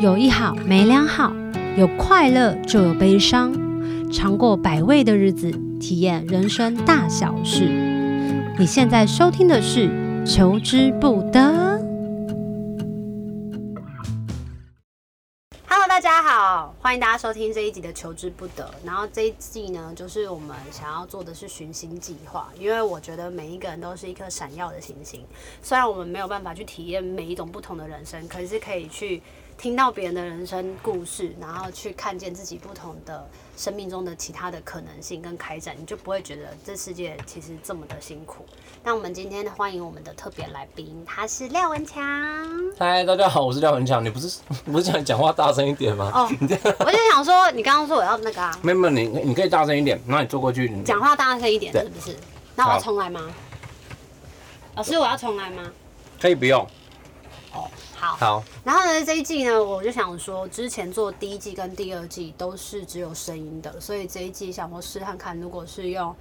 有一好没两好，有快乐就有悲伤，尝过百味的日子，体验人生大小事。你现在收听的是《求之不得》。Hello，大家好，欢迎大家收听这一集的《求之不得》。然后这一季呢，就是我们想要做的是寻星计划，因为我觉得每一个人都是一颗闪耀的星星。虽然我们没有办法去体验每一种不同的人生，可是可以去听到别人的人生故事，然后去看见自己不同的生命中的其他的可能性跟开展，你就不会觉得这世界其实这么的辛苦。那我们今天欢迎我们的特别来宾，他是廖文强。嗨，大家好，我是廖文强。你不是 你不是想讲话大声一点吗？哦，我就想说，你刚刚说我要那个啊，没有没有，你你可以大声一点，那你坐过去。你讲话大声一点，对是不是？那我要好重来吗？老师，我要重来吗？可以不用。好。好，然后呢，这一季呢，我就想说，之前做第一季跟第二季都是只有声音的，所以这一季想说试看看，如果是用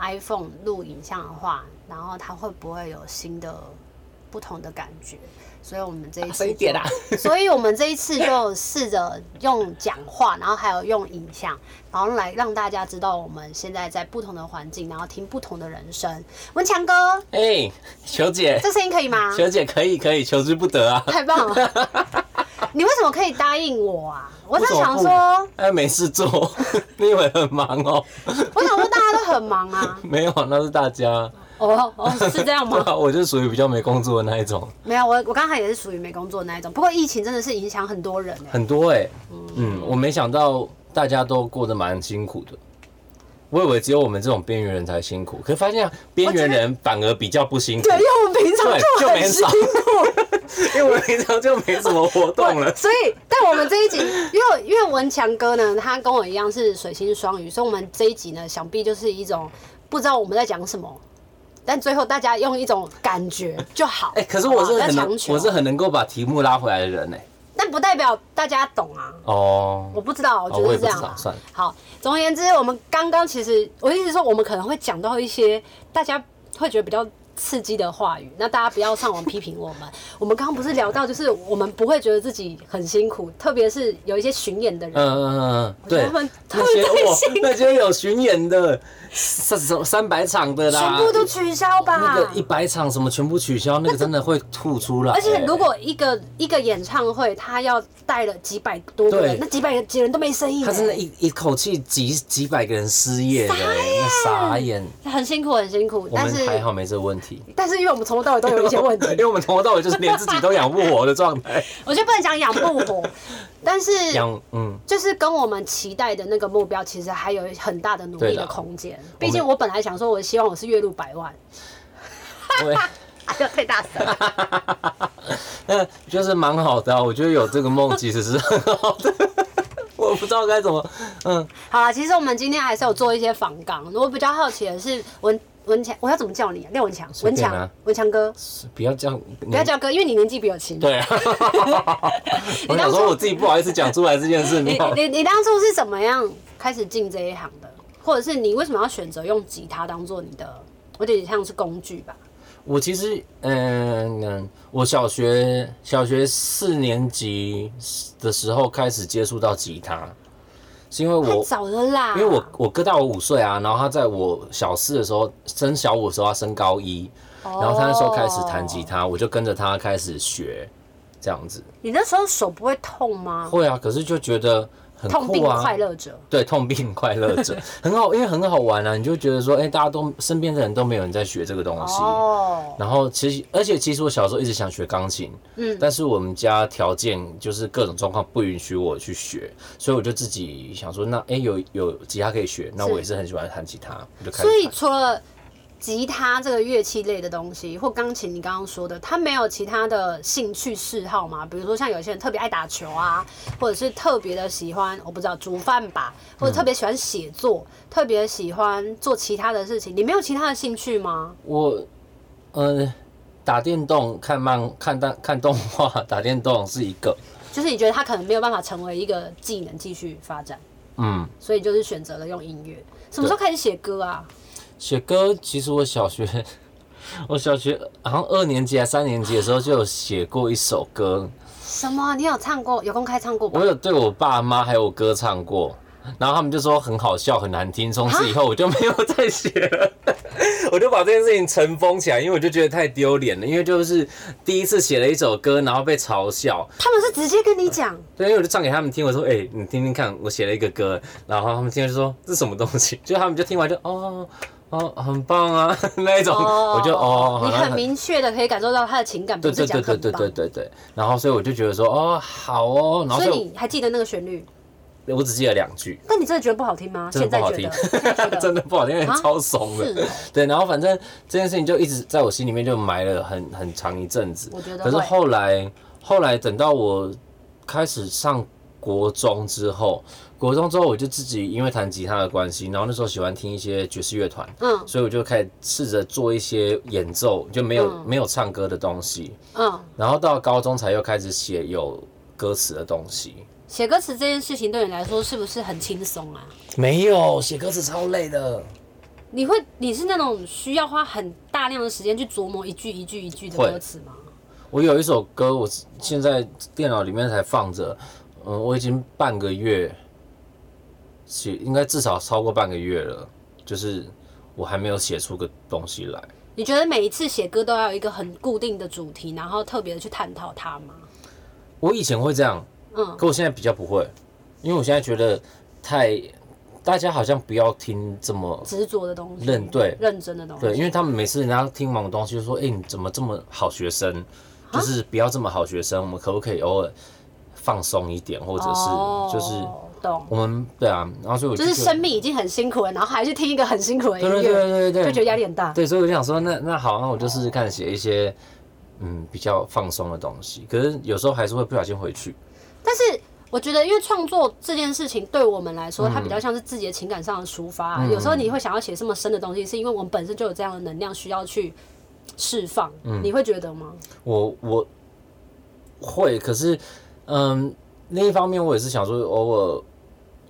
iPhone 录影像的话，然后它会不会有新的不同的感觉？所以我们这一大次声就一点啊！所以我们这一次就试着用讲话，然后还有用影像，然后来让大家知道我们现在在不同的环境，然后听不同的人生。文强哥，哎、球姐，这声音可以吗？球姐可以可以，求之不 得啊！太棒了！你为什么可以答应我啊？我在为什么想不说，哎，没事做， 你以为很忙哦？我想说大家都很忙啊。没有啊，那是大家。 哦哦，是这样对吗？啊，我就是属于比较没工作的那一种， 没有，我我刚才也是属于没工作的那一种。不过疫情真的是影响很多人欸很多哎、嗯，我没想到大家都过得蛮辛苦的。我以为只有我们这种边缘人才辛苦，可发现边缘人反而比较不辛 苦对，。因为我们平常对，就就很没辛少苦。， 因为我平常就没什么活动 了。所以，但我们这一集，因为因为文强哥呢，他跟我一样是水星双鱼，所以我们这一集呢，想必就是一种不知道我们在讲什么，但最后大家用一种感觉就 好。哎、可是我好是不好很不要能强，求我是很能够把题目拉回来的人呢、但不代表大家懂啊。哦我，不知道，我觉哦我得也是不这知样、道啊。算了好，总而言之，我们刚刚其实我的意思是说，我们可能会讲到一些大家会觉得比较刺激的话语，那大家不要上网批评我 们。我们刚刚不是聊到，就是我们不会觉得自己很辛苦，特别是有一些巡演的人，嗯嗯嗯嗯，对他们，他们那些太我辛苦那些有巡演的，三三三百场的啦，全部都啊取消吧。啊那个一百场什么全部取消，那个真的会吐出来、欸而且如果一个一个演唱会，他要带了几百多个人对，那几百个几人都没欸生意、他真的一一口气几几百个人失业的、欸那傻眼。很辛苦，很辛苦。我但们是嗯还好没这个问题，但是因为我们从头到尾都有一些问题 因，为我们从头到尾就是连自己都养不活的状态，我就不能讲养不活，但是养嗯。就是跟我们期待的那个目标，其实还有很大的努力对的啦空间。毕竟我本来想说，我希望我是月入百万，我 也哎呦，太大声了！ 那就是蛮好的啊、我觉得有这个梦其实是很好的。我不知道该怎么，嗯，好啦，其实我们今天还是有做一些访纲。我比较好奇的是文文强，我要怎么叫你、啊？廖文强，随文便啊强，文强哥，不要这样，不要叫哥，因为你年纪比我轻。对啊。 我想说我自己不好意思讲出来这件事，你你好，你你当初是怎么样开始进这一行的？或者是你为什么要选择用吉他当做你的，有点像是工具吧？我其实，嗯，嗯我小学小学四年级的时候开始接触到吉他，是因为太我早了啦，因为我我哥大我五岁啊，然后他在我小四的时候升小五的时候，他升高一，然后他那时候开始弹吉哦他，我就跟着他开始学，这样子。你那时候手不会痛吗？会啊，可是就觉得很痛并酷啊，快乐者，对，痛并快乐 着，很好，因为很好玩啊，你就觉得说，哎、大家都身边的人都没有人在学这个东西。哦，然后其实，而且其实我小时候一直想学钢琴，嗯但是我们家条件就是各种状况不允许我去学，所以我就自己想说，那哎、有有吉他可以学，那是我也是很喜欢弹吉他，我就开始所以弹。除了吉他这个乐器类的东西，或钢琴，你刚刚说的，他没有其他的兴趣嗜好吗？比如说像有些人特别爱打球啊，或者是特别的喜欢，我不知道煮饭吧，或者嗯特别喜欢写作，特别喜欢做其他的事情，你没有其他的兴趣吗？我呃打电动、看漫、看动看动画、打电动是一个，就是你觉得他可能没有办法成为一个技能继续发展，嗯，所以就是选择了用音乐。什么时候开始写歌啊？写歌其实我小学我小学好像二年级还三年级的时候就有写过一首歌，什么？你有唱过？有公开唱过吧？我有对我爸妈还有我哥唱过，然后他们就说很好笑很难听，从此以后我就没有再写了， 我就把这件事情尘封起来，因为我就觉得太丢脸了，因为就是第一次写了一首歌，然后被嘲笑，他们是直接跟你讲，对，因为我就唱给他们听，我说：“哎、你听听看，我写了一个歌。”然后他们听了就说：“这什么东西？” 就他们就听完就哦哦，很棒啊 那一种，我就哦，你好像很明确的可以感受到他的情感，对不对是对讲对很对棒。对对对。然后所以我就觉得说哦好哦，然后所所以以你还记得那个旋律？我我只记了两句，但你真的觉得不好听吗？真的现在不好觉听得，现在觉得 真的不好听，因为啊超怂是的哦。对，然后反正这件事情就一直在我心里面就埋了很很长一阵子。我觉得可是会后来，后来等到我开始上国中之后，国中之后我就自己因为弹吉他的关系，然后那时候喜欢听一些爵士乐团，嗯所以我就开始试着做一些演奏，就没有、嗯没有唱歌的东西。嗯，然后到高中才又开始写有歌词的东西。写歌词这件事情对你来说是不是很轻松啊？没有写歌词超累的，你会你是那种需要花很大量的时间去琢磨一句一句一句的会歌词吗？我有一首歌，我现在电脑里面才放着，嗯，我已经半个月写，应该至少超过半个月了，就是我还没有写出个东西来。你觉得每一次写歌都要有一个很固定的主题，然后特别的去探讨它吗？我以前会这样，嗯，可我现在比较不会，因为我现在觉得太大家好像不要听这么执着的东西，认对认真的东西，对，因为他们每次人家听完我东西就说：“哎、你怎么这么好学生？啊就是不要这么好学生，我们可不可以偶尔放松一点，或者是就是。哦懂，我们对啊，然后所以我就觉是得生命已经很辛苦了，然后还去听一个很辛苦的音对乐，对对对对，就觉得压力很大。对，所以我就想说，那那好，那我就试试看写一些嗯比较放松的东西。可是有时候还是会不小心回去。但是我觉得，因为创作这件事情对我们来嗯说，它比较像是自己的情感上的抒发、啊有时候你会想要写这么深的东西，是因为我们本身就有这样的能量需要去释放。嗯你会觉得吗？我我会，可是嗯，另一方面我也是想说，偶尔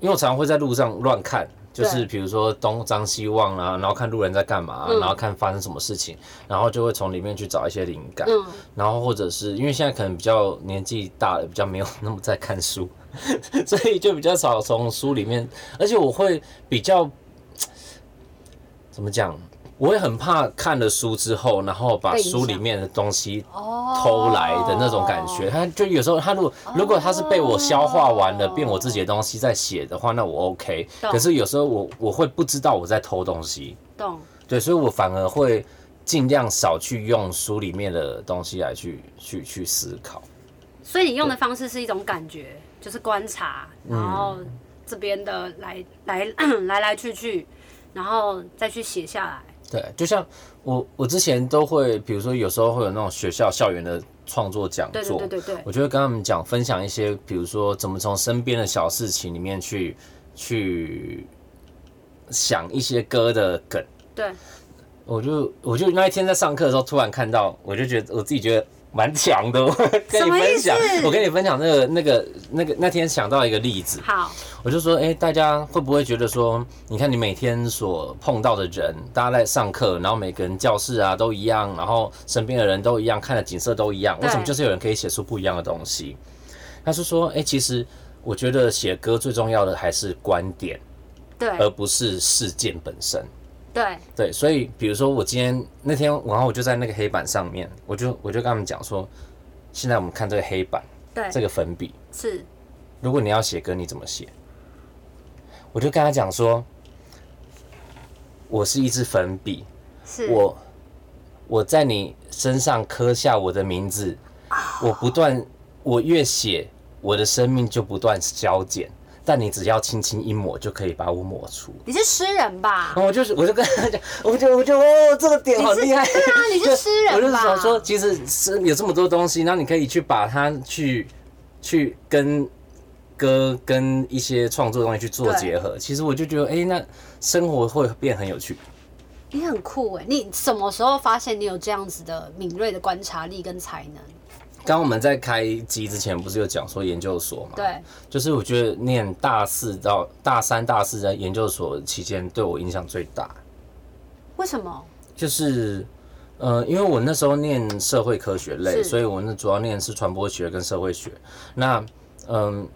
因为我常常会在路上乱看。就是对比如说东张西望啊，然后看路人在干嘛啊、嗯然后看发生什么事情，然后就会从里面去找一些灵感。嗯，然后或者是因为现在可能比较年纪大了，比较没有那么在看书， 所以就比较少从书里面，而且我会比较怎么讲，我会很怕看了书之后，然后把被影响书里面的东西哦偷来的那种感觉。他就有时候他如果如果他是被我消化完了，变我自己的东西再写的话，那我 OK。懂可是有时候我我会不知道我在偷东西，懂。对，所以我反而会尽量少去用书里面的东西来去去去思考。所以你用的方式是一种感觉，就是观察，嗯然后这边的来来 来来去去，然后再去写下来。对，就像我我之前都会，比如说有时候会有那种学校校园的创作讲对对座，对对对，我就会跟他们讲分享一些，比如说怎么从身边的小事情里面去去想一些歌的梗。对，我就我就那一天在上课的时候，突然看到，我就觉得我自己觉得蛮强的。我跟什你么意分思享，我跟你分享那个那个那个那天想到一个例子，好，我就说，哎、大家会不会觉得说，你看你每天所碰到的人，大家在上课，然后每个人教室啊都一样，然后身边的人都一样，看的景色都一样，对为什么就是有人可以写出不一样的东西？他是说，哎、其实我觉得写歌最重要的还是观点，而对不是事件本身。对，对，所以比如说我今天那天，然后我就在那个黑板上面，我就我就跟他们讲说，现在我们看这个黑板，对这个粉笔，是如果你要写歌，你怎么写？我就跟他讲说，我是一支粉笔，是，我我在你身上刻下我的名字，我不断，我越写，我的生命就不断消减，但你只要轻轻一抹，就可以把我抹除。你是诗人吧然？后我就是，我就跟他讲，我就我就哦，这个点好厉害。对啊，你是诗人吧？我就是想说，其实是有这么多东西，然后你可以去把它去去跟歌跟一些创作的东西去做对结合。其实我就觉得，哎、那生活会变很有趣。你很酷哎！你什么时候发现你有这样子的敏锐的观察力跟才能？刚刚我们在开机之前不是有讲说研究所嘛？，对，就是我觉得念大四到大三、大四在研究所期间对我影响最大，为什么？就是嗯、呃，因为我那时候念社会科学类，是所以我那主要念的是传播学跟社会学。那嗯，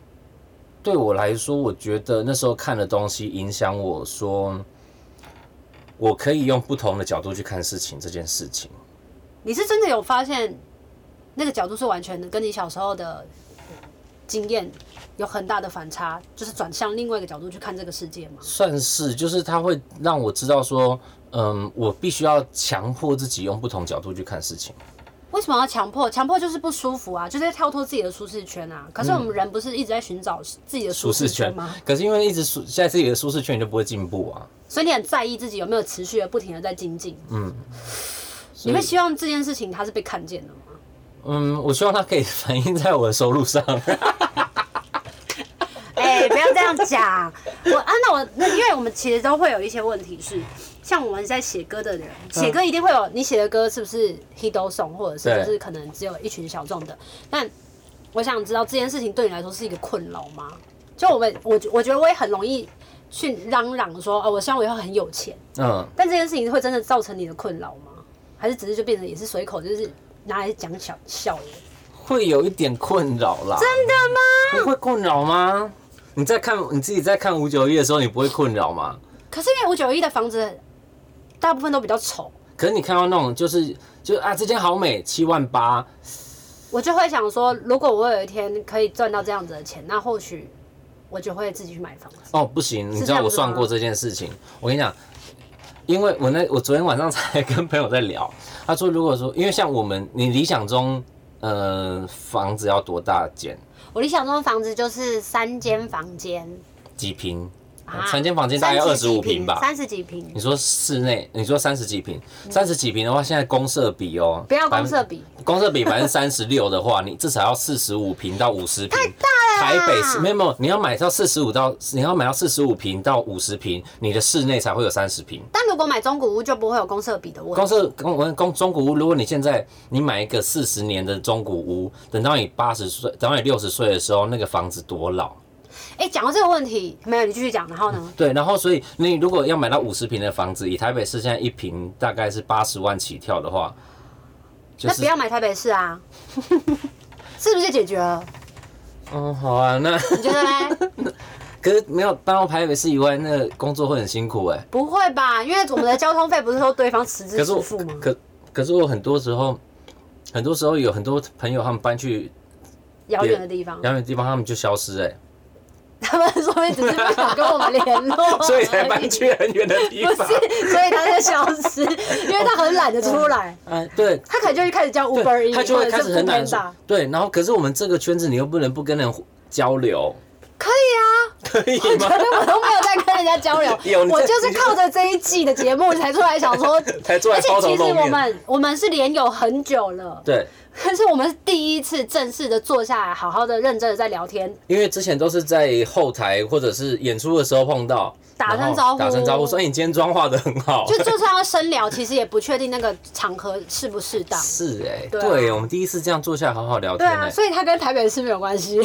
对我来说，我觉得那时候看的东西影响我说，我可以用不同的角度去看事情这件事情。你是真的有发现那个角度是完全的，跟你小时候的经验有很大的反差，就是转向另外一个角度去看这个世界吗？算是，就是它会让我知道说，嗯，我必须要强迫自己用不同角度去看事情。为什么要强迫？强迫就是不舒服啊，就是要跳脱自己的舒适圈啊。可是我们人不是一直在寻找自己的舒嗯舒适适圈圈吗？，可是因为一直舒现在自己的舒适圈，你就不会进步啊。所以你很在意自己有没有持续的、不停的在精进。所你嗯以会希望这件事情它是被看见的吗？嗯，我希望它可以反映在我的收入上。 哎、不要这样讲。我啊，那我那因为我们其实都会有一些问题是，像我们在写歌的人，写歌一定会有你写的歌是不是 hit song，或者是对就是可能只有一群小众的。但我想知道这件事情对你来说是一个困扰吗？就我们我我觉得我也很容易去嚷嚷说，哦，我希望我以后很有钱，嗯，但这件事情会真的造成你的困扰吗？还是只是就变成也是随口就是拿来讲小笑的？会有一点困扰啦。真的吗？不会困扰吗？你在看你自己在看五九一的时候，你不会困扰吗？可是因为五九一的房子大部分都比较丑，可是你看到那种就是就是啊，这间好美，七万八，我就会想说，如果我有一天可以赚到这样子的钱，那或许我就会自己去买房子。哦，不行，你是知这样道子我算过这件事情。我跟你讲，因为我那我昨天晚上才跟朋友在聊，他说如果说，因为像我们，你理想中，呃，房子要多大间？我理想中的房子就是三间房间，几平？啊三间房间大概二30十几五平吧。三十几平你，说室内，你说三十几平，三十几平的话，现在公设比哦，嗯不要公百设比。分，公设比百分之三十六的话，你至少要四十五平到五十平。太大了啦台北市没有没有，你要买到四十五到，你要买到四十五平到五十平，你的室内才会有三十平。但如果买中古屋就不会有公设比的问公题。社公我公中古屋，如果你现在你买一个四十年的中古屋，等到你八十岁，等到你六十岁的时候，那个房子多老？哎、讲到这个问题，没有你继续讲，然后呢？对，然后所以你如果要买到五十平的房子，以台北市现在一平大概是八十万起跳的话， 就那不是要买台北市啊， 是不是就解决了？嗯好啊，那 你觉得呢？可是没有搬到台北市以外，那个工作会很辛苦哎、不会吧？因为我们的交通费不是说对方辞职可是支我付吗？可可是我很多时候，很多时候有很多朋友他们搬去遥远的地方遥，远的地方，他们就消失哎、他们说不定只是不想跟我们联络， 所以才搬去很远的地哦哎不方。 是，所以他就消失，因为他很懒得出来，哎，对，他可能就会开始叫 Uber 对， E，他就会开始很难打。说。对，然后可是我们这个圈子，你又不能不跟人交流， 可以啊，可以我觉吗？得我都没有在跟人家交流 有，你在我就是靠着这一季的节目才出来想说， 才出而来且抛头其实露我面。们我们是连友很久了，对，可是我们是第一次正式的坐下来，好好的认真的在聊天，因为之前都是在后台或者是演出的时候碰到，打声然后招呼打声招呼说：“哎，你今天妆化的很好。。就就算要深聊，其实也不确定那个场合适不适当 是哎、对啊对我们第一次这样坐下来好好聊对天啊，哎、所以他跟台北市没有关 系。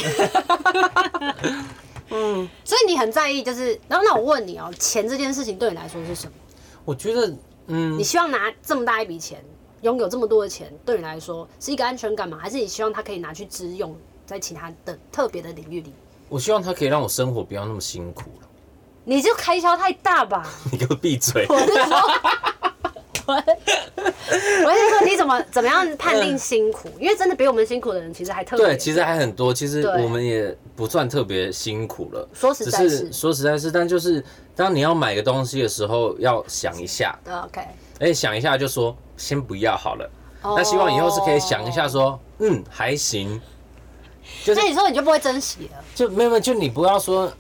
嗯，所以你很在意，就是，然后那我问你哦、钱这件事情对你来说是什么？我觉得，嗯你，希望拿这么大一笔钱，拥有这么多的钱，对你来说是一个安全感吗？还是你希望他可以拿去支用在其他的特别的领域里？我希望他可以让我生活不要那么辛苦了。 你就开销太大吧？你给我闭嘴！ 我是说，我我是说，你怎么怎么样判定辛苦？因为真的比我们辛苦的人其实还特别。对，其实还很多，其实对我们也不算特别辛苦了。说实只在是是说实在是，但就是当你要买个东西的时候，要想一下， OK，哎、想一下就说先不要好了。哦那希望以后是可以想一下说，嗯，还行，就是那你说你就不会珍惜了。就没有没有，就你不要说，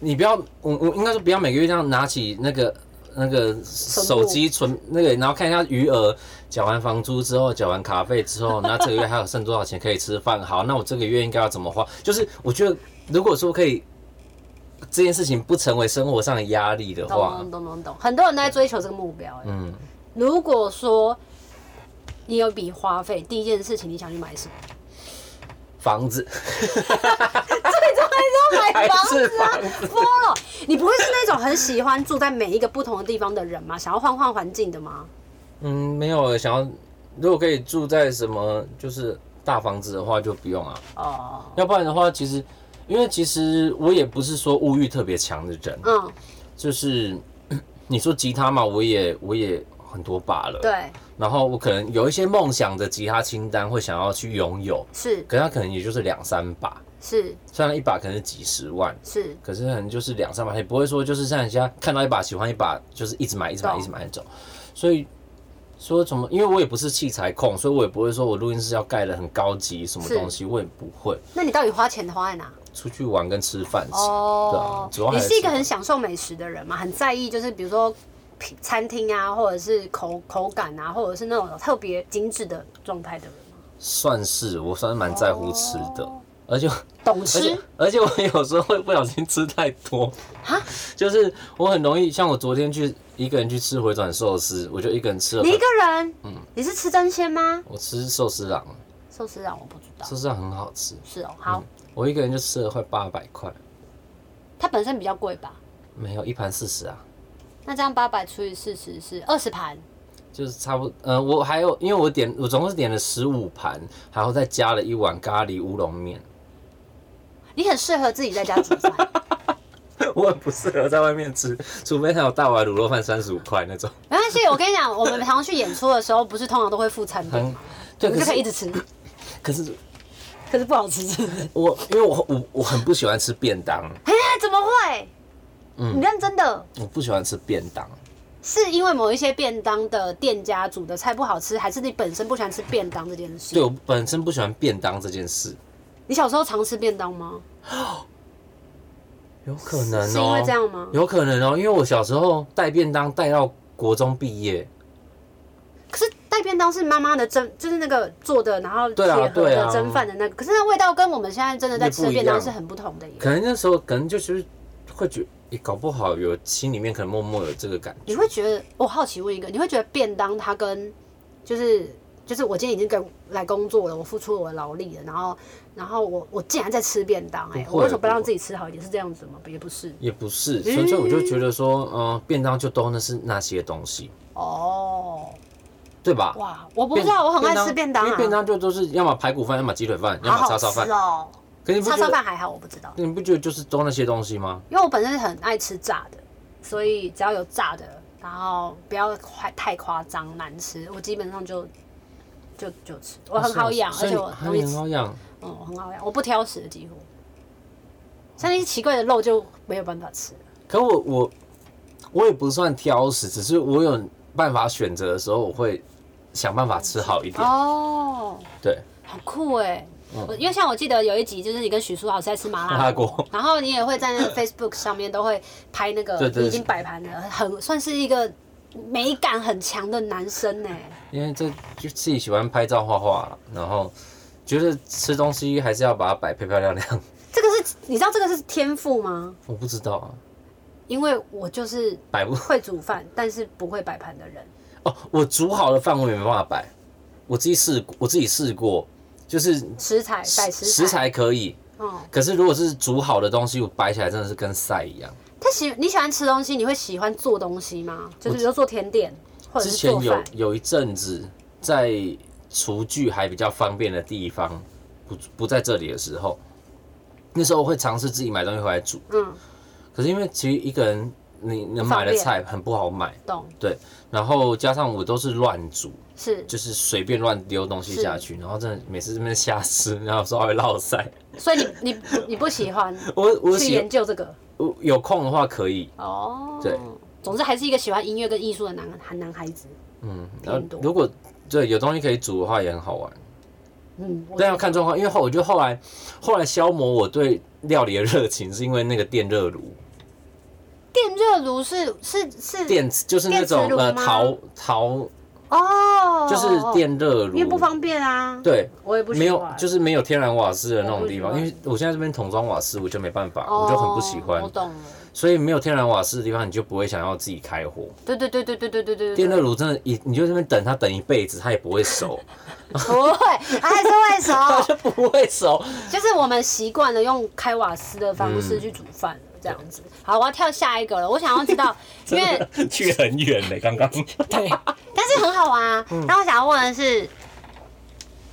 你不要，我我应该说不要每个月这样拿起那个那个手机存那个，然后看一下余额，缴完房租之后，缴完卡费之后，那这个月还有剩多少钱可以吃饭？好，那我这个月应该要怎么花？就是我觉得，如果说可以。这件事情不成为生活上的压力的懂话，懂懂懂懂，很多人都在追求这个目标。嗯，如果说你有一笔花费，第一件事情你想去买 什么？房子最重要是要买还房子是啊房！疯了，你不会是那种很喜欢住在每一个不同的地方的人吗？想要换换环境的吗？嗯，没有想要，如果可以住在什么就是大房子的话，就不用啊。哦，要不然的话，其实因为其实我也不是说物欲特别强的人，嗯，就是 你说吉他嘛，我也我也很多把了。对，然后我可能有一些梦想的吉他清单会想要去拥有，是可它可能也就是两三把，是虽然一把可能是几十万，是，可是可能就是两三把，也不会说就是像人家看到一把喜欢一把，就是一直买一直买懂一直买那种。所以说什么，因为我也不是器材控，所以我也不会说我录音室要盖的很高级什么是东西，我也不会那你到底花钱的花在哪？出去玩跟吃饭。对啊哦主要，还你是是一个很享受美食的人嘛，很在意就是比如说品餐厅啊，或者是口口感啊，或者是那种特别精致的状态的人吗？算是我算是蛮在乎吃的哦，而且懂而且吃而且我有时候会不小心吃太多，就是我很容易像我昨天去一个人去吃回转寿司，我就一个人吃了你一快，个人，你是吃真鲜吗？我吃寿司郎，寿司让我不知道，寿司郎很好吃，是哦，好，我一个人就吃了快八百块，它本身比较贵吧？没有一盘四十啊，那这样八百除以四十是二十盘，就是差不呃，我还有因为我点我总共是点了十五盘，然后再加了一碗咖喱乌龙面， 你很适合自己在家煮饭。我很不适合在外面吃，除非他有大碗卤肉饭三十五块那种，没关系，我跟你讲，我们常常去演出的时候，不是通常都会附餐的，很我对，们可就可以一是直嗯吃，可是可是不好吃，是不是？我因为我我我很不喜欢吃便当，哎，怎么会？嗯你认真的我不喜欢吃便当。是因为某一些便当的店家煮的菜不好吃，还是你本身不喜欢吃便当这件对事？我本身不喜欢便当这件事，你小时候常吃便当吗？有可能哦、是因为这样吗？有可能哦、因为我小时候带便当带到国中毕业，可是带便当是妈妈的蒸，就是那个做的，然后对铁啊盒对啊的蒸饭的那个，可是那味道跟我们现在真的在吃的便那当不一样是很不同的耶。可能那时候可能就是会觉得，诶搞不好有心里面可能默默有这个感觉。你会觉得，我好奇问一个，你会觉得便当它跟就是就是我今天已经跟来工作了，我付出了我的劳力了，然后然后我我竟然在吃便当、哎，不会我为什么不让不会自己吃好一点？是这样子吗？也不是也不是，所以所以我就觉得说，嗯、便当就都那是那些东西，哦，对吧？哇，我不知道，我很爱吃便当因啊，为便当就都是要么排骨饭，要么鸡腿饭，要好么好叉烧饭吃。哦，可你不叉觉烧得？饭还好，我不知道，你不觉得就是都那些东西吗？因为我本身是很爱吃炸的，所以只要有炸的，然后不要太太夸张难吃，我基本上就就就吃，哦我很好养，所而以且我啊所容以易你吃很。好养。嗯，很好养，我不挑食的几乎。像那些奇怪的肉就没有办法吃。可我我我也不算挑食，只是我有办法选择的时候，我会想办法吃好一点。哦，对，好酷哎！我因为像我记得有一集，就是你跟许叔老师在吃麻嗯麻辣辣锅锅，然后你也会在那个 Facebook 上面都会拍那个对对已经摆盘的，很算是一个美感很强的男生欸呢。因为这就自己喜欢拍照画画，然后觉得吃东西还是要把它摆漂漂亮亮。这个是你知道这个是天赋吗？我不知道啊，因为我就是摆不会煮饭，但是不会摆盘的人。哦，我煮好的饭我也没办法摆，我自己试过，我自己试过，就是食材摆食材，食材可以，嗯，可是如果是煮好的东西，我摆起来真的是跟晒一样。他喜你喜欢吃东西，你会喜欢做东西吗？就是比如说做甜点，或者之是做前有饭。有一阵子在厨具还比较方便的地方，不不在这里的时候，那时候会尝试自己买东西回来煮。嗯，可是因为其实一个人你能买的菜很不好买，懂对，然后加上我都是乱煮，是就，是随便乱丢东西下去，然后真的每次这边瞎吃，然后稍微落塞。所以你你你不喜欢我 我去喜研究这个我有空的话可以，哦。对，总之还是一个喜欢音乐跟艺术的男男男孩子。嗯，偏然后多如果对有东西可以煮的话也很好玩。嗯，我但要看状况，因为后我觉得后来后来消磨我对料理的热情，是因为那个电热炉，电热炉是是是电就是那电种磁炉呃吗陶陶，哦，就是电热炉，因为不方便啊。，对，我也不喜欢没有就是没有天然瓦斯的那种地我方，不喜因欢为我现在这边桶装瓦斯，我就没办法，哦我就很不喜我欢，懂了。所以没有天然瓦斯的地方，你就不会想要自己开火。对对对对对对对对哦电对，热炉真的，你你就在那边等它等一辈子，它也不会熟， 不会，他还是会熟。 它 就不会熟。就是我们习惯了用开瓦斯的方式去煮饭了，这样子。好，我要跳下一个了。我想要知道，因为去很远嘞，刚刚。对，但是这很好玩啊。嗯那我想要问的是，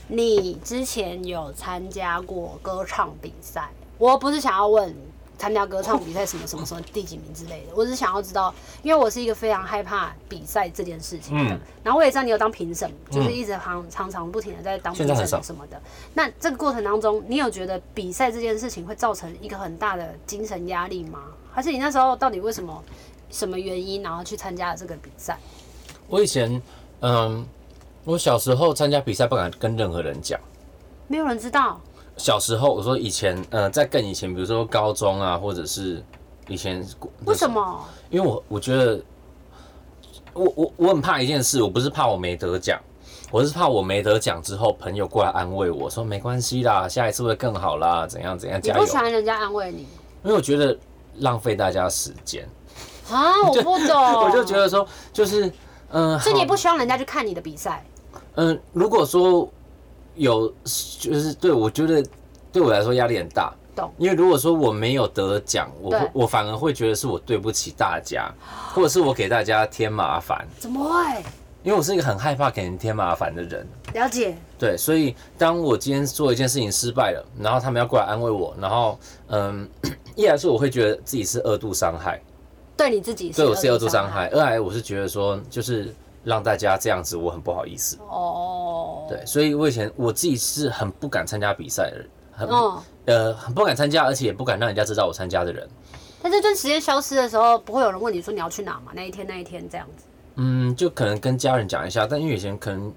你之前有参加过歌唱比赛？我不是想要问参加歌唱比赛什么什么什么第几名之类的，我只 是想要知道，因为我是一个非常害怕比赛这件事情的。嗯然后我也知道你有当评审，就是嗯一直常常常不停的在当现评在很少审什么的。那这个过程当中，你有觉得比赛这件事情会造成一个很大的精神压力吗？还是你那时候到底为什么什么原因，然后去参加了这个比赛？我以前，嗯，我小时候参加比赛不敢跟任何人讲。没有人知道。小时候，我说以前，呃，在更以前，比如说高中啊，或者是以前，为什？么？因为我我觉得，我我我很怕一件事，我不是怕我没得奖，我是怕我没得奖之后，朋友过来安慰我说没关系啦，下一次会更好啦，怎样怎样你加不油喜，欢人家安慰 你因为我觉得浪费大家时间，啊？我不懂， 我就觉，得说就是，嗯、呃，所以你也好不希望人家去看你的比赛，嗯，如果说有，就是对我觉得对我来说压力很大，懂？因为如果说我没有得奖，我对会我反而会觉得是我对不起大家，或者是我给大家添麻烦，怎么会？因为我是一个很害怕给人添麻烦的人。了解，对，所以当我今天做一件事情失败了，然后他们要过来安慰我，然后嗯， 一来是我会觉得自己是二度伤害，对你自己是对我是二度度伤害；二来我是觉得说就是让大家这样子，我很不好意思。哦，对，所以我以前我自己是很不敢参加比赛的人，很、嗯，呃很不敢参加，而且也不敢让人家知道我参加的人。但这段时间消失的时候，不会有人问你说你要去哪嘛？那一天那一天这样子，嗯，就可能跟家人讲一下，但因为以前可能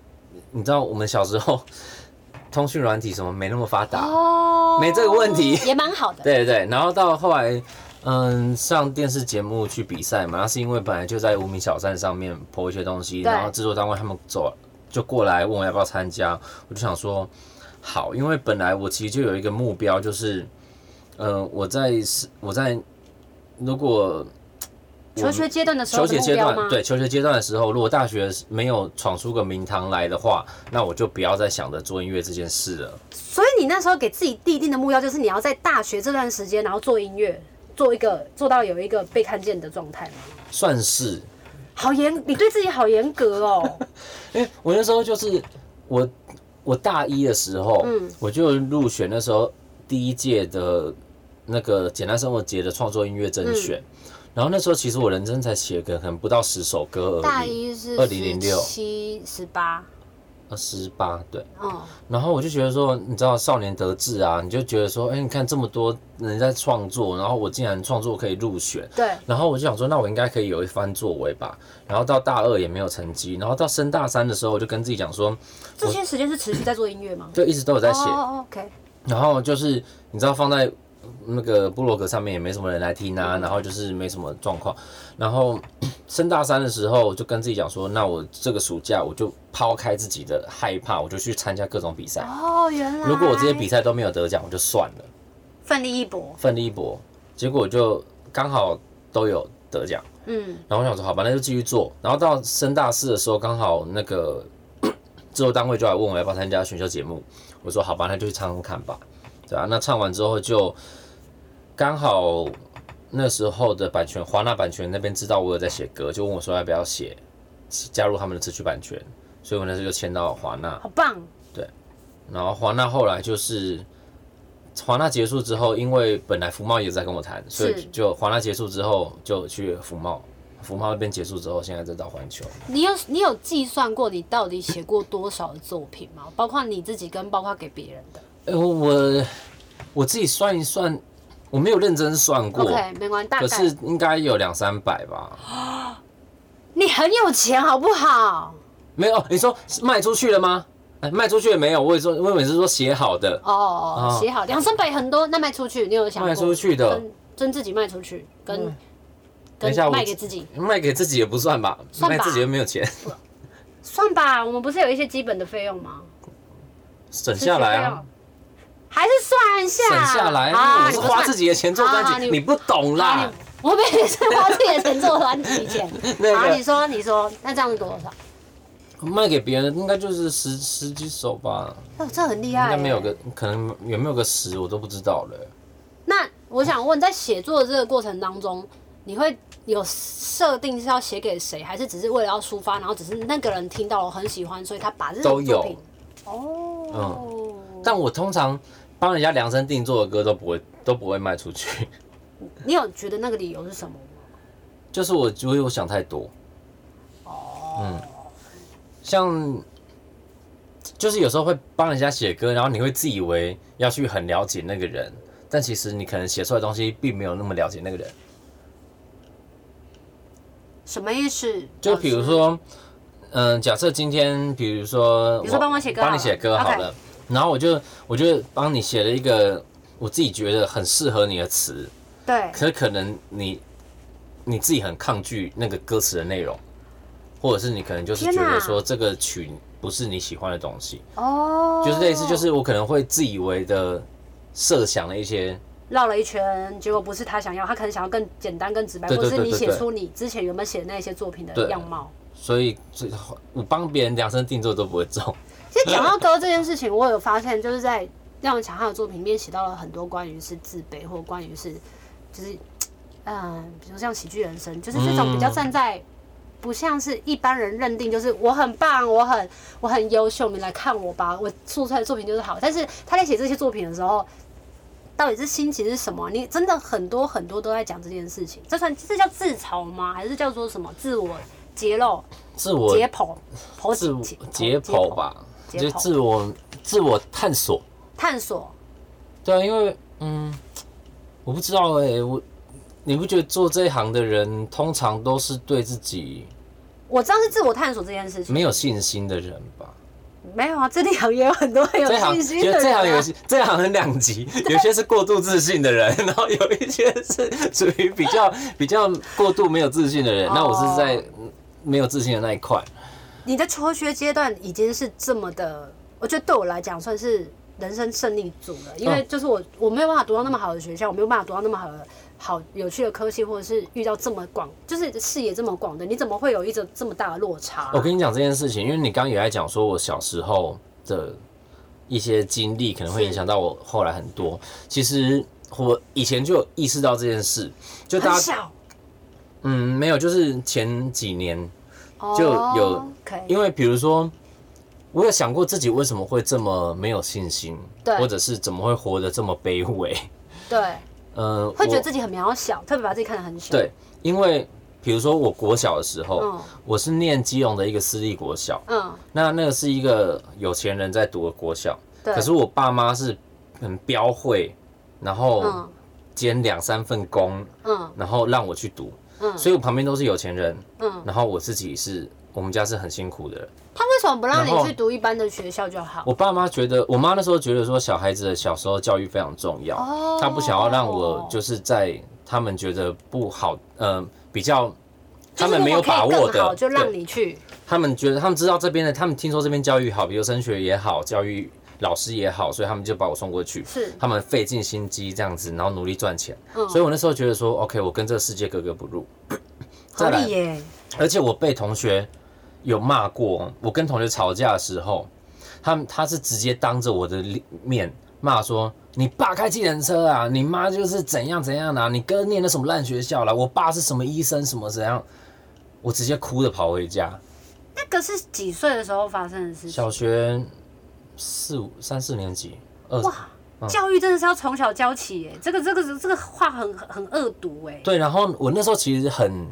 你知道我们小时候 通讯软体什么没那么发达，哦，没这个问题也蛮好的，对对对，然后到后来。嗯，上电视节目去比赛嘛，那是因为本来就在无名小站上面播一些东西，对然后制作单位他们走就过来问我要不要参加，我就想说好，因为本来我其实就有一个目标，就是呃我在是我在如果求学阶段的时求候的学目阶标段吗？，对求学阶段的时候，如果大学没有闯出个名堂来的话，那我就不要再想着做音乐这件事了。所以你那时候给自己立定的目标就是你要在大学这段时间，然后做音乐，做一个做到有一个被看见的状态吗？算是，好严，你对自己好严格哦。因为我那时候就是我我大一的时候，嗯我就入选那时候第一届的那个简单生活节的创作音乐嗯甄选。然后那时候其实我人生才写个可能不到十首歌而已，大一是2006七十八，十八对，嗯，然后我就觉得说，你知道少年得志啊，你就觉得说，哎、你看这么多人在创作，然后我竟然创作可以入选，对，然后我就想说，那我应该可以有一番作为吧。然后到大二也没有成绩，然后到升大三的时候，我就跟自己讲说，这些时间是持续在做音乐吗？就一直都有在写。哦，OK，然后就是你知道放在那个部落格上面也没什么人来听啊，然后就是没什么状况。然后升大三的时候，就跟自己讲说，那我这个暑假我就抛开自己的害怕，我就去参加各种比赛。哦，原来。如果我这些比赛都没有得奖，我就算了，奋力一搏，奋力一搏。结果我就刚好都有得奖。嗯，然后我想说，好吧，那就继续做。然后到升大四的时候，刚好那个 制作单位就来问我要不要参加选秀节目，我说好吧，那就去唱唱看吧，对啊，那唱完之后就刚好那时候的版权华纳版权那边知道我有在写歌，就问我说要不要写加入他们的词曲版权，所以我那时候就签到华纳。好棒，然后华纳后来就是华纳结束之后，因为本来福茂也在跟我谈，所以是就华纳结束之后就去福茂，福茂那边结束之后，现在再到环球。你有你有计算过你到底写过多少的作品吗？包括你自己跟包括给别人的。哎、我我自己算一算，我没有认真算过 OK，没关系，大可概是应该有两三百吧。你很有钱，好不好？没有，你说是卖出去了吗？哎，卖出去了没有？我也说，我也是说写好的，哦，啊写好两三百很多，那卖出去，你有想过卖出去的嗯跟跟自己卖出去，跟等跟一下我卖给自己，卖给自己也不算吧，算吧卖自己又没有钱，算吧。我们不是有一些基本的费用吗？省下来啊。，还是算下，省下来，啊！我是花自己己的钱做专啊你辑，你不懂啦。我每也是花自己的钱做专辑 钱。那好，啊你个说，你说，那这样是多少？卖给别人应该就是十十几首吧，哦，这很厉应害。该没有。个可能有没有个十我都不知道了。那我想问，在写作的这个过程当中，你会有设定是要写给谁，还是只是为了要抒发，然后只是那个人听到了很喜欢，所以他把这都种有嗯作品哦，但我通常帮人家量身定做的歌都不会都不会卖出去， 你有觉得那个理由是什么吗？就是我就会我想太多。嗯哦，像就是有时候会帮人家写歌，然后你会自以为要去很了解那个人，但其实你可能写出来的东西并没有那么了解那个人。什么意思？呃就比如说，嗯、假设今天，比如说，比如说帮我写歌帮你好了写歌好 OK 了，然后我就我就帮你写了一个我自己觉得很适合你的词，对可是可能你你自己很抗拒那个歌词的内容，或者是你可能就是天觉哪得说这个曲不是你喜欢的东西，哦，就是类似就是我可能会自以为的设想了一些，绕了一圈，结果不是他想要，他可能想要更简单、更直白，对或对者是对你对写对出你之前原本写的那些作品的对样貌。所以最后我帮别人量身定做都不会中。其实讲到歌这件事情，我有发现，就是在廖强汉的作品里面写到了很多关于是自卑，或关于是就是嗯、呃比如像喜剧人生，就是这种嗯比较站在。不像是一般人认定，就是我很棒，我很我很优秀，你来看我吧，我做出来的作品就是好。但是他在写这些作品的时候，到底是心情是什么？你真的很多很多都在讲这件事情，这算这叫自嘲吗？还是叫做什么自我揭露、自我解剖、剖自我解解剖？吧，解剖就自我自我探索。探索，对啊，因为嗯，我不知道哎、我你不觉得做这一行的人通常都是对自己我知道是自我探索这件事情，没有信心的人吧？没有啊，这里行也有很多很有这一行信心的觉得人、这一啊。行有这一行很 两极，有些是过度自信的人， 然后有一些是属于比较比较过度没有自信的人。那我是在哦嗯没有自信的那一块。你的求学阶段已经是这么的，我觉得对我来讲算是人生胜利组了，因为嗯就是我我没有办法读到那么好的学校，我没有办法读到那么好的好有趣的科系，或者是遇到这么广，就是视野这么广的，你怎么会有一种这么大的落差？我跟你讲这件事情，因为你刚刚也在讲说我小时候的一些经历可能会影响到我后来很多。其实我以前就有意识到这件事，就很大家小，嗯没有，就是前几年，就有哦、可以因为比如说。我有想过自己为什么会这么没有信心，对或者是怎么会活得这么卑微？对，嗯、呃，会觉得我自己很渺小，特别把自己看得很小。，对，因为比如说我国小的时候，嗯我是念基隆的一个私立国小，嗯，那那个是一个有钱人在读的国小，对。可是我爸妈是很标会，然后嗯兼两三份工，嗯然后让我去读，嗯所以我旁边都是有钱人，嗯，然后我自己是我们家是很辛苦的人。他为什么不让然你后去读一般的学校就好？我爸妈觉得，我妈那时候觉得说小孩子的小时候教育非常重要，哦她不想要让我就是在他们觉得不好，呃，比较他们没有把就是如握果可以更好的，就让对你去。他他们觉得他们知道这边的，他们听说这边教育好，比如升学也好，教育老师也好，所以他们就把我送过去。是他们费尽心机这样子，然后努力赚钱。嗯所以我那时候觉得说，OK，我跟这个世界格格不入。合再来理耶，而且我被同学有骂过，我跟同学吵架的时候，他们他是直接当着我的面骂说：“你爸开计程车啊，你妈就是怎样怎样啦、你哥念的什么烂学校啦、啊我爸是什么医生什么怎样。”我直接哭着跑回家。那个是几岁的时候发生的事情？小学四五三四年级，二哇，嗯教育真的是要从小教起耶，这个这个这个话很很恶毒哎，对，然后我那时候其实很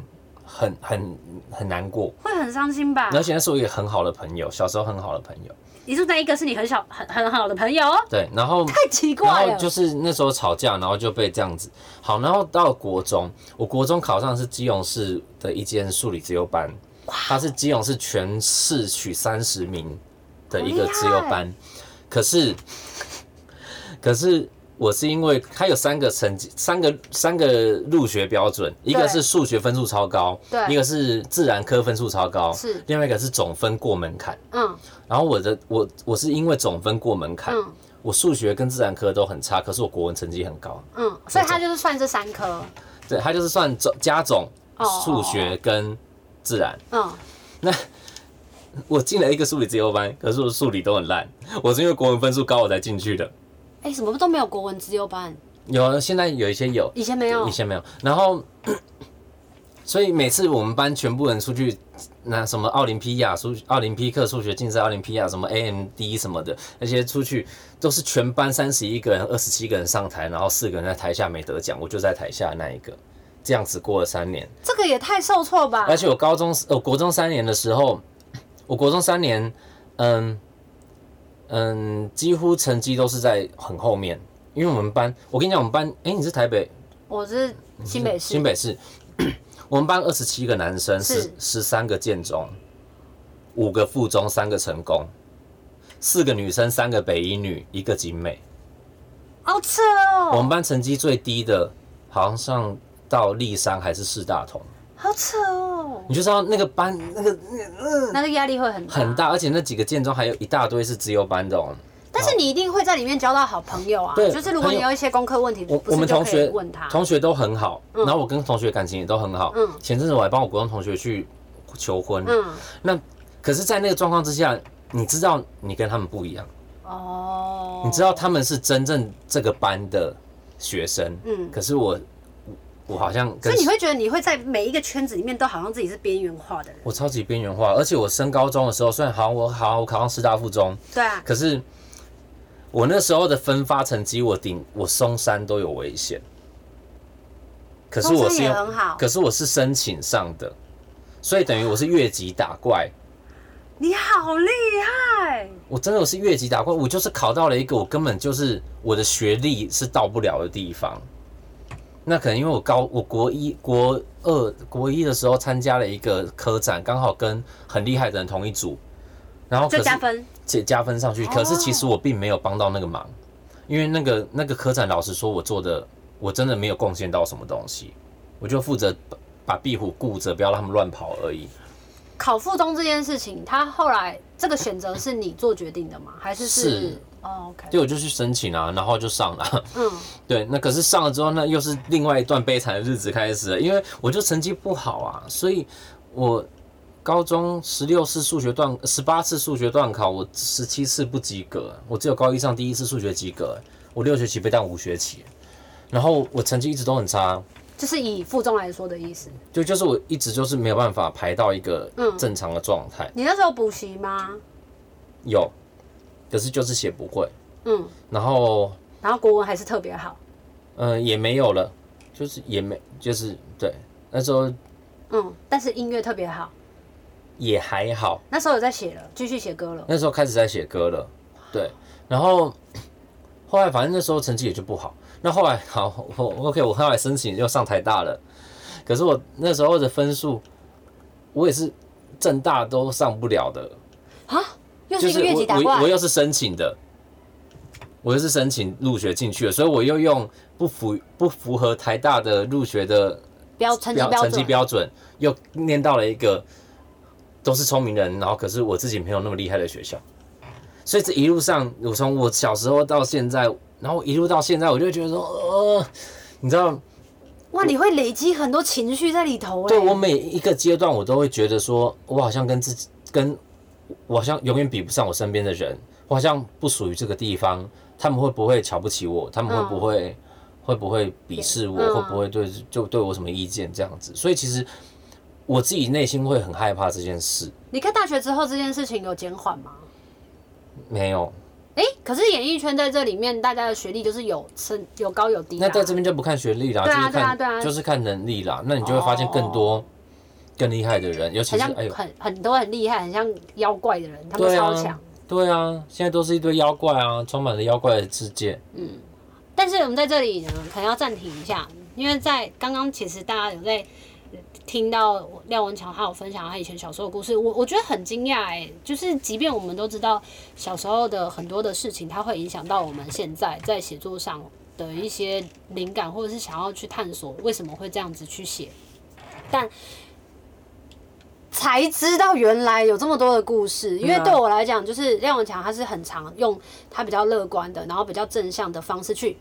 很很很难过，会很伤心吧？而且那是我一个很好的朋友，小时候很好的朋友，你说那一个是你很小很很好的朋 友，对，然后太奇然怪后了。就是那时候吵架，然后就被这样子，好，然后到国中，我国中考上的是基隆市的一间数理自由班，它是基隆市全市取三十名的一个好厉害自由班，可是可是我是因为它有三个成绩，三个三个入学标准，一个是数学分数超高，对一个是自然科分数超高，是另外一个是总分过门槛。嗯然后我的我我是因为总分过门槛，嗯我数学跟自然科都很差，可是我国文成绩很高。嗯，所以他就是算这三科，对，它就是算总加总哦数学跟自然。嗯，我进了一个数理自由班，可是我数理都很烂，我是因为国文分数高我才进去的。哎，什么都没有国文自由班，有，现在有一些有，以前没有以，前没有。然后所以每次我们班全部人出去那什么奥林匹亚数奥林匹克数学竞赛、奥林匹亚什么 AMD 什么的那些出去，都是全班三十一个人、二十七个人上台，然后四个人在台下没得奖，我就在台下那一个，这样子过了三年。这个也太受挫吧而？且我高中呃国中三年的时候，我国中三年，嗯嗯，几乎成绩都是在很后面，因为我们班，我跟你讲，我们班，诶，你是台北我是新北市，新北市， 我们班二十七个男生，是十十三个建中，五个附中，三个成功，四个女生，三个北一女，一个景美。好扯我哦，们班成绩最低的，好像上到立山还是四大同，好扯哦，你就知道那个班那个那个压力会很大很。大，而且那几个建中还有一大堆是资优班的、哦。但是你一定会在里面交到好朋友啊，对就是如果你有一些功课问题，我不我是们就同可以学问他。同学都很好，然后我跟同学感情也都很好。嗯前阵子我还帮我国中同学去求婚，嗯，那可是，在那个状况之下，你知道你跟他们不一样，哦，你知道他们是真正这个班的学生，嗯可是我我好像所跟以你会觉得你会在每一个圈子里面都好像自己是边缘化的人，我超级边缘化，而且我升高中的时候，虽然好像我好像我考上师大附中，对啊，可是我那时候的分发成绩，我顶我松山都有危险。可是我松是山也用很好可是我是申请上的，所以等于我是越级打怪。你好厉害，我真的我是越级打怪，我就是考到了一个我根本就是我的学历是到不了的地方。那可能因为我高我国一国二国一的时候参加了一个科展，刚好跟很厉害的人同一组，然哦后就可是加分，加加分上去。哦可是其实我并没有帮到那个忙，因为那个那个科展老师说我做的，我真的没有贡献到什么东西，我就负责把把壁虎顾着，不要让他们乱跑而已。考附中这件事情，他后来这个选择是你做决定的吗？还是是是？哦，OK，对，我就去申请啊，然后就上了。嗯，对，那可是上了之后，那又是另外一段悲惨的日子开始了，因为我就成绩不好啊，所以我高中十六次数学段，十八次数学段考，我十七次不及格，我只有高一上第一次数学及格，我六学期被当五学期，然后我成绩一直都很差，就是以附中来说的意思。就就是我一直就是没有办法排到一个正常的状态，你那时候补习吗？有，可是就是写不会，嗯，然后然后国文还是特别好，嗯、呃也没有了，就是也没就是对，那时候嗯，但是音乐特别好。也还好。那时候有在写了，继续写歌了。那时候开始在写歌了，对，然后后来反正那时候成绩也就不好。那后来好，我 OK，我后来申请又上台大了，可是我那时候的分数，我也是正大都上不了的，啊又是就一是个越级打我我我怪，又是申请的，我又是申请入学进去的，所以我又用不符不符合台大的入学的标成绩标标成绩准，标准，又念到了一个都是聪明人，然后可是我自己没有那么厉害的学校，所以这一路上，我从我小时候到现在，然后一路到现在，我就觉得说，呃，你知道，哇，你会累积很多情绪在里头哎、对我每一个阶段，我都会觉得说，我好像跟自己，跟我好像永远比不上我身边的人，我好像不属于这个地方，他们会不会瞧不起我？他们会不会、会不会鄙视我？嗯会不会对就对我什么意见这样子？所以其实我自己内心会很害怕这件事，你看大学之后这件事情有减缓吗？没有。哎、可是演艺圈在这里面，大家的学历就是有升有高有低、啊。那在这边就不看学历啦，对啊就是对看、啊对啊就是看能力啦。那你就会发现更多、更厉害的人，尤其很是像哎呦，很很多很厉害，很像妖怪的人，他们对超啊强。对啊，现在都是一堆妖怪啊，充满了妖怪的世界。但是我们在这里呢，可能要暂停一下，因为在刚刚其实大家有在呃听到廖文强他有分享他以前小时候的故事，我我觉得很惊讶哎，就是即便我们都知道小时候的很多的事情，它会影响到我们现在在写作上的一些灵感，或者是想要去探索为什么会这样子去写，但。才知道原来有这么多的故事，因为嗯啊对我来讲，就是廖文强他是很常用他比较乐观的，然后比较正向的方式去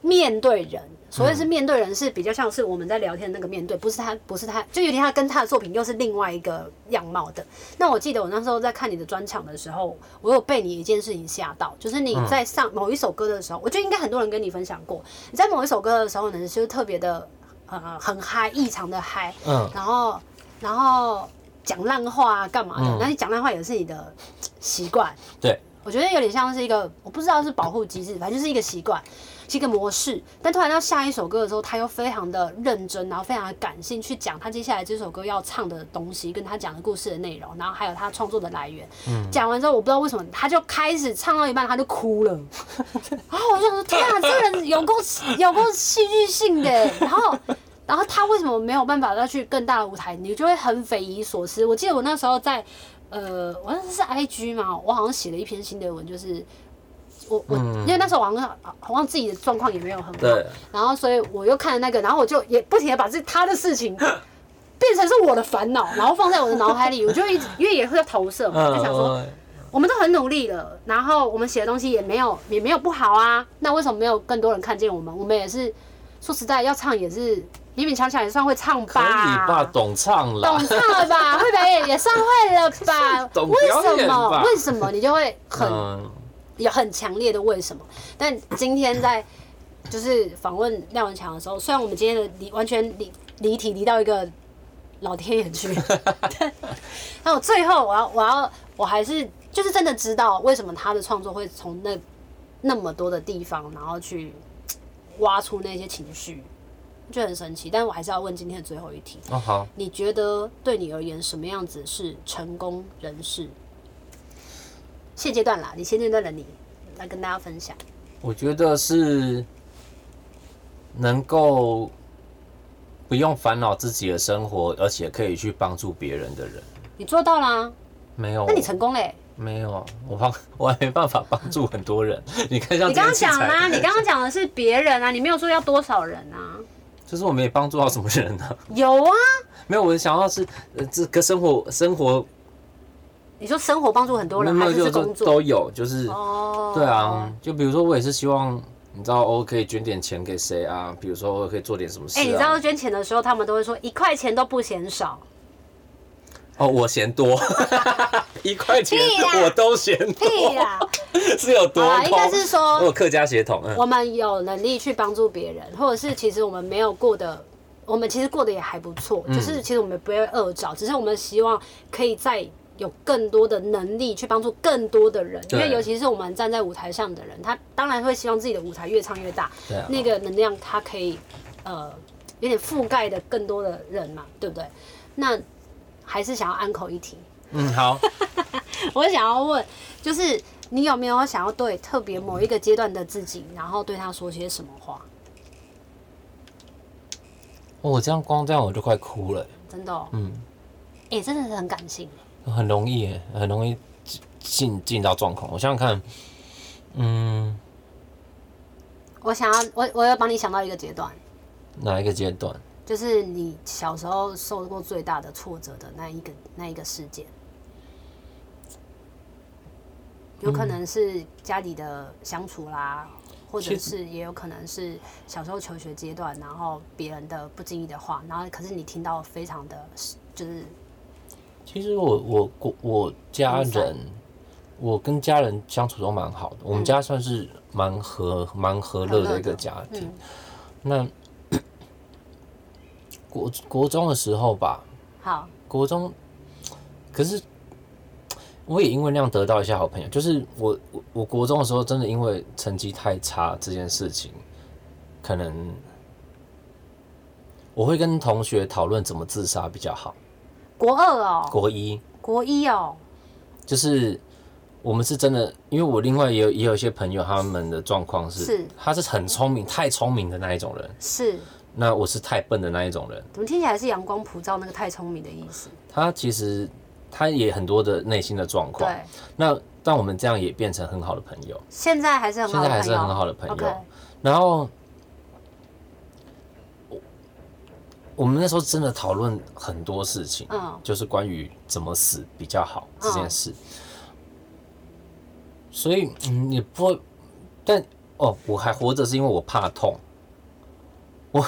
面对人，所谓是面对人是比较像是我们在聊天的那个面对，不是他，不是他，就有点他跟他的作品又是另外一个样貌的。那我记得我那时候在看你的专场的时候，我有被你一件事情吓到，就是你在上某一首歌的时候，我觉得应该很多人跟你分享过，你在某一首歌的时候呢，就是特别的。呃很嗨，异常的嗨，嗯，然后然后讲烂话啊干嘛的嗯，那你讲烂话也是你的习惯，对，我觉得有点像是一个，我不知道是保护机制，反正就是一个习惯，是一个模式。但突然到下一首歌的时候，他又非常的认真，然后非常的感性去讲他接下来这首歌要唱的东西，跟他讲的故事的内容，然后还有他创作的来源。讲、完之后，我不知道为什么他就开始唱到一半，他就哭了。然后我就想说，天啊，这人有够有够戏剧性的。 然后，然后他为什么没有办法再去更大的舞台？你就会很匪夷所思。我记得我那时候在，呃，我那时候是 IG 嘛，我好像写了一篇心得文，就是我我、因为那时候我好像好像自己的状况也没有很好，嗯对，然后所以我又看了那个，然后我就也不停的把这他的事情变成是我的烦恼，然后放在我的脑海里，我就一直因为也会要投射嘛，就想说。嗯我们都很努力了，然后我们写的东西也没有也没有不好啊，那为什么没有更多人看见我们？我们也是说实在要唱也是勉勉强强也算会唱可吧，以吧，懂唱 啦，懂唱了吧，会表演也算会了吧？懂为表什演么吧？为什么你就会很嗯，有很强烈的为什么。但今天在就是访问廖文强的时候，虽然我们今天的离完全离离题离到一个老天爷去，但但我最后我要我要我还是就是真的知道为什么他的创作会从那那么多的地方，然后去挖出那些情绪，就很神奇。但我还是要问今天的最后一题。哦好，你觉得对你而言什么样子是成功人士？现阶段啦，你现阶段的你来跟大家分享。我觉得是能够不用烦恼自己的生活，而且可以去帮助别人的人。你做到啦、没有那，你成功嘞、没有，我帮我还没办法帮助很多人。 你看像你刚刚这些器讲材啦，你刚刚讲的是别人啊，你没有说要多少人啊？就是我没帮助到什么人呢、有啊， 没有，我想要是呃这个生活生活，你说生活帮助很多人，没还有是是就工就作？都有，就是哦，对啊，，就比如说我也是希望。你知道我可以捐点钱给谁啊？比如说我可以做点什么事哎、你知啊？道捐钱的时候，他们都会说一块钱都不嫌 少。哦，我嫌多， 一块钱屁啦我都嫌多。屁啦， 啊是有多好啦抠？啊应该是说我有客家血统，嗯，我们有能力去帮助别人，或者是其实我们没有过的，我们其实过得也还不错，嗯就是其实我们不会饿着，只是我们希望可以再有更多的能力去帮助更多的人，因对为尤其是我们站在舞台上的人，他当然会希望自己的舞台越唱越大，对啊那个能量它可以呃有点覆盖的更多的人嘛，对不对？那还是想要安口一提，嗯，好， 我想要问，就是你有没有想要对特别某一个阶段的自己，然后对他说些什么话？哦我这样光这样我就快哭了，真的、哦，嗯，哎、真的是很感性。欸很容易耶，很容易进进进到状况。我想想看，嗯，我想要，我我要帮你想到一个阶段，哪一个阶段？就是你小时候受过最大的挫折的那一个那一个事件，有嗯可能是家里的相处啦，或者其是也有可能是小时候求学阶段，然后别人的不经意的话，然后可是你听到非常的，就是其实我我我我家人，我跟家人相处都蛮好的，我们家算是蛮和蛮和乐的一个家庭。那国国中的时候吧，好，国中，可是我也因为那样得到一些好朋友。就是我我我国中的时候，真的因为成绩太差这件事情，可能我会跟同学讨论怎么自杀比较好。国二哦，国一国一哦，就是我们是真的，因为我另外也有也有一些朋友，他们的状况是，是他是很聪明，太聪明的那一种人，是，那我是太笨的那一种人。怎么听起来是阳光普照那个太聪明的意思？他其实他也很多的内心的状况。对，那但我们这样也变成很好的朋友，现在还是很好现的朋在还友，是很好的朋友。 OK，然后我我们那时候真的讨论很多事情，嗯就是关于怎么死比较好这件事。所以嗯，也不会，但哦，我还活着是因为我怕痛。我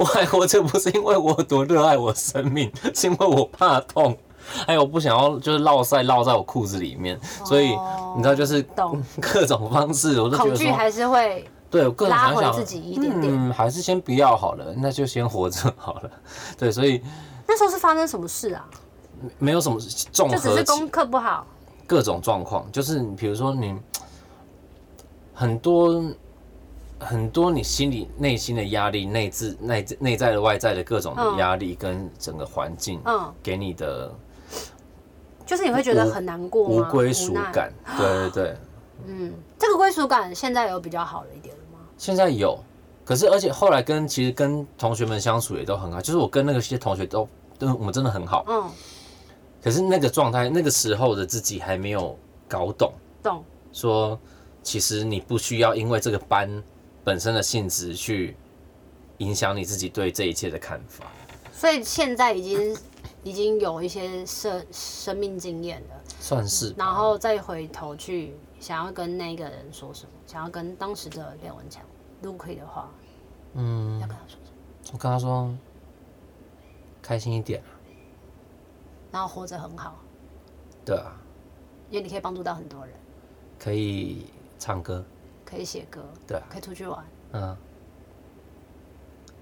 我还活着不是因为我多热爱我生命，是因为我怕痛，还有我不想要就是落塞落在我裤子里面，所以哦你知道就是懂 嗯各种方式我都觉恐得惧说还是会对，我个人拉想回想，自己一点点。嗯，还是先不要好了，那就先活着好了。对，所以那时候是发生什么事啊？没有什么综就只合是起功课不好，各种状况，就是你比如说你很多很多你心里内心的压力、内自内自内在的、外在的各种嗯压力跟整个环境嗯，给你的就是你会觉得很难过无吗？归属无奈。 感，对对对，嗯，这个归属感现在有比较好了一点了吗？现在有。可是，而且后来跟其实跟同学们相处也都很好，就是我跟那个些同学都，嗯，我们真的很好。嗯，可是那个状态，那个时候的自己还没有搞懂，懂。说其实你不需要因为这个班本身的性质去影响你自己对这一切的看法。所以现在已经已经有一些生生命经验了，算是然后再回头去想要跟那个人说什么，想要跟当时的廖文强 Lucy 的话，嗯，要跟他说什么，我跟他说开心一点，啊然后活着很好，对啊，因为你可以帮助到很多人，可以唱歌，可以写歌，对啊，可以出去玩，嗯，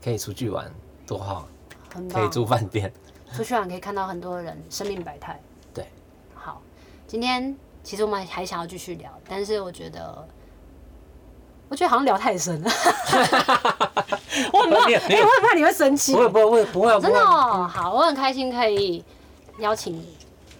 可以出去玩，多好，很可以棒。住饭店，出去玩啊可以看到很多人生命百态。对，好，今天其实我们还想要继续聊，但是我觉得，我觉得好像聊太深了， 我很怕，你 哎、也你也我很怕你会生气不，会不会不会不会啊，不真会的、啊哦。好，我很开心可以邀请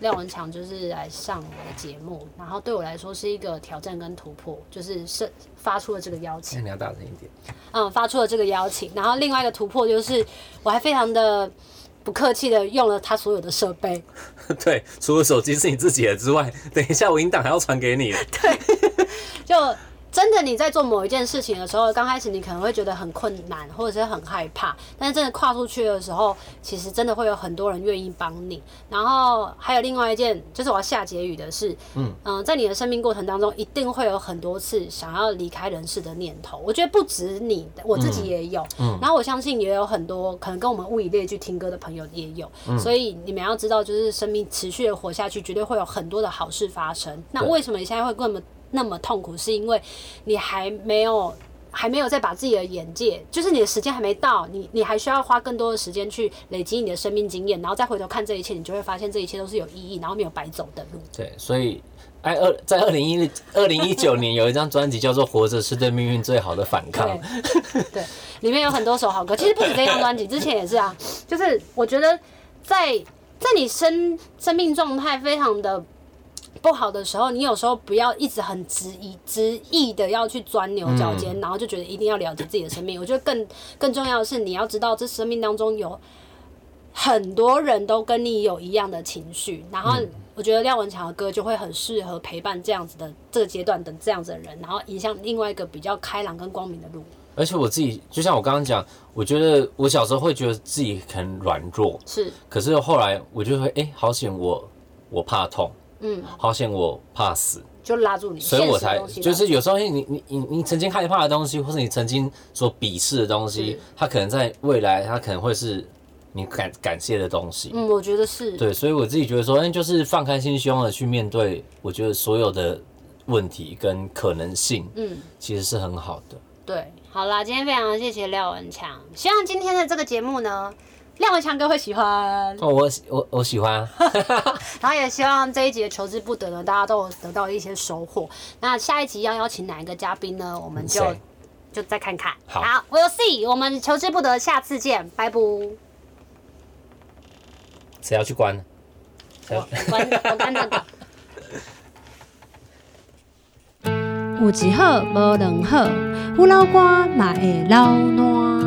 廖文强，就是来上我的节目，然后对我来说是一个挑战跟突破，就是是发出了这个邀请哎那。你要大声一点， 嗯，发出了这个邀请。然后另外一个突破就是，我还非常的不客气的用了他所有的设备，对，除了手机是你自己的之外，等一下我音档还要传给你了，就真的你在做某一件事情的时候，刚开始你可能会觉得很困难，或者是很害怕，但是真的跨出去的时候，其实真的会有很多人愿意帮你。然后还有另外一件，就是我要下结语的是，嗯在你的生命过程当中，一定会有很多次想要离开人世的念头。我觉得不止你，我自己也有。然后我相信也有很多可能跟我们物以类聚听歌的朋友也有。所以你们要知道，就是生命持续的活下去，绝对会有很多的好事发生。那对为什么你现在会那么那么痛苦？是因为你还没有。还没有再把自己的眼界，就是你的时间还没到，你你还需要花更多的时间去累积你的生命经验，然后再回头看这一切，你就会发现这一切都是有意义，然后没有白走的路。对，所以哎二在二零一二零一九年有一张专辑叫做《活着是对命运最好的反抗》，对，对，里面有很多首好歌，其实不止这张专辑，之前也是啊。就是我觉得在在你生生命状态非常的不好的时候，你有时候不要一直很执意执意的要去钻牛角尖，然后就觉得一定要了解自己的生命。我觉得更更重要的是，你要知道这生命当中有。很多人都跟你有一样的情绪，然后我觉得廖文强的歌就会很适合陪伴这样子的这个阶段的这样子的人，然后影响另外一个比较开朗跟光明的路。而且我自己就像我刚刚讲，我觉得我小时候会觉得自己很软弱，是，可是后来我就会哎、好险我我怕痛，嗯，好险我怕死，就拉住你，所以我现实的才东西拉住就你是有时候你你你你曾经害怕的东西，或是你曾经所鄙视的东是西，它可能在未来它可能会是你感感谢的东西。嗯，我觉得是，对，所以我自己觉得说，哎，就是放开心胸的去面对，我觉得所有的问题跟可能性，嗯，其实是很好的。对，好啦，今天非常谢谢廖文强，希望今天的这个节目呢，廖文强哥会喜欢，哦，我喜我我喜欢啊，然后也希望这一集的求之不得呢，大家都有得到一些收获。那下一集要邀请哪一个嘉宾呢？我们就谁就再看看。好，We'll see，我们求之不得，下次见，拜拜。谁要去关啊呢？谁要我关我关那个。有一好无两好，胡老瓜嘛会老烂。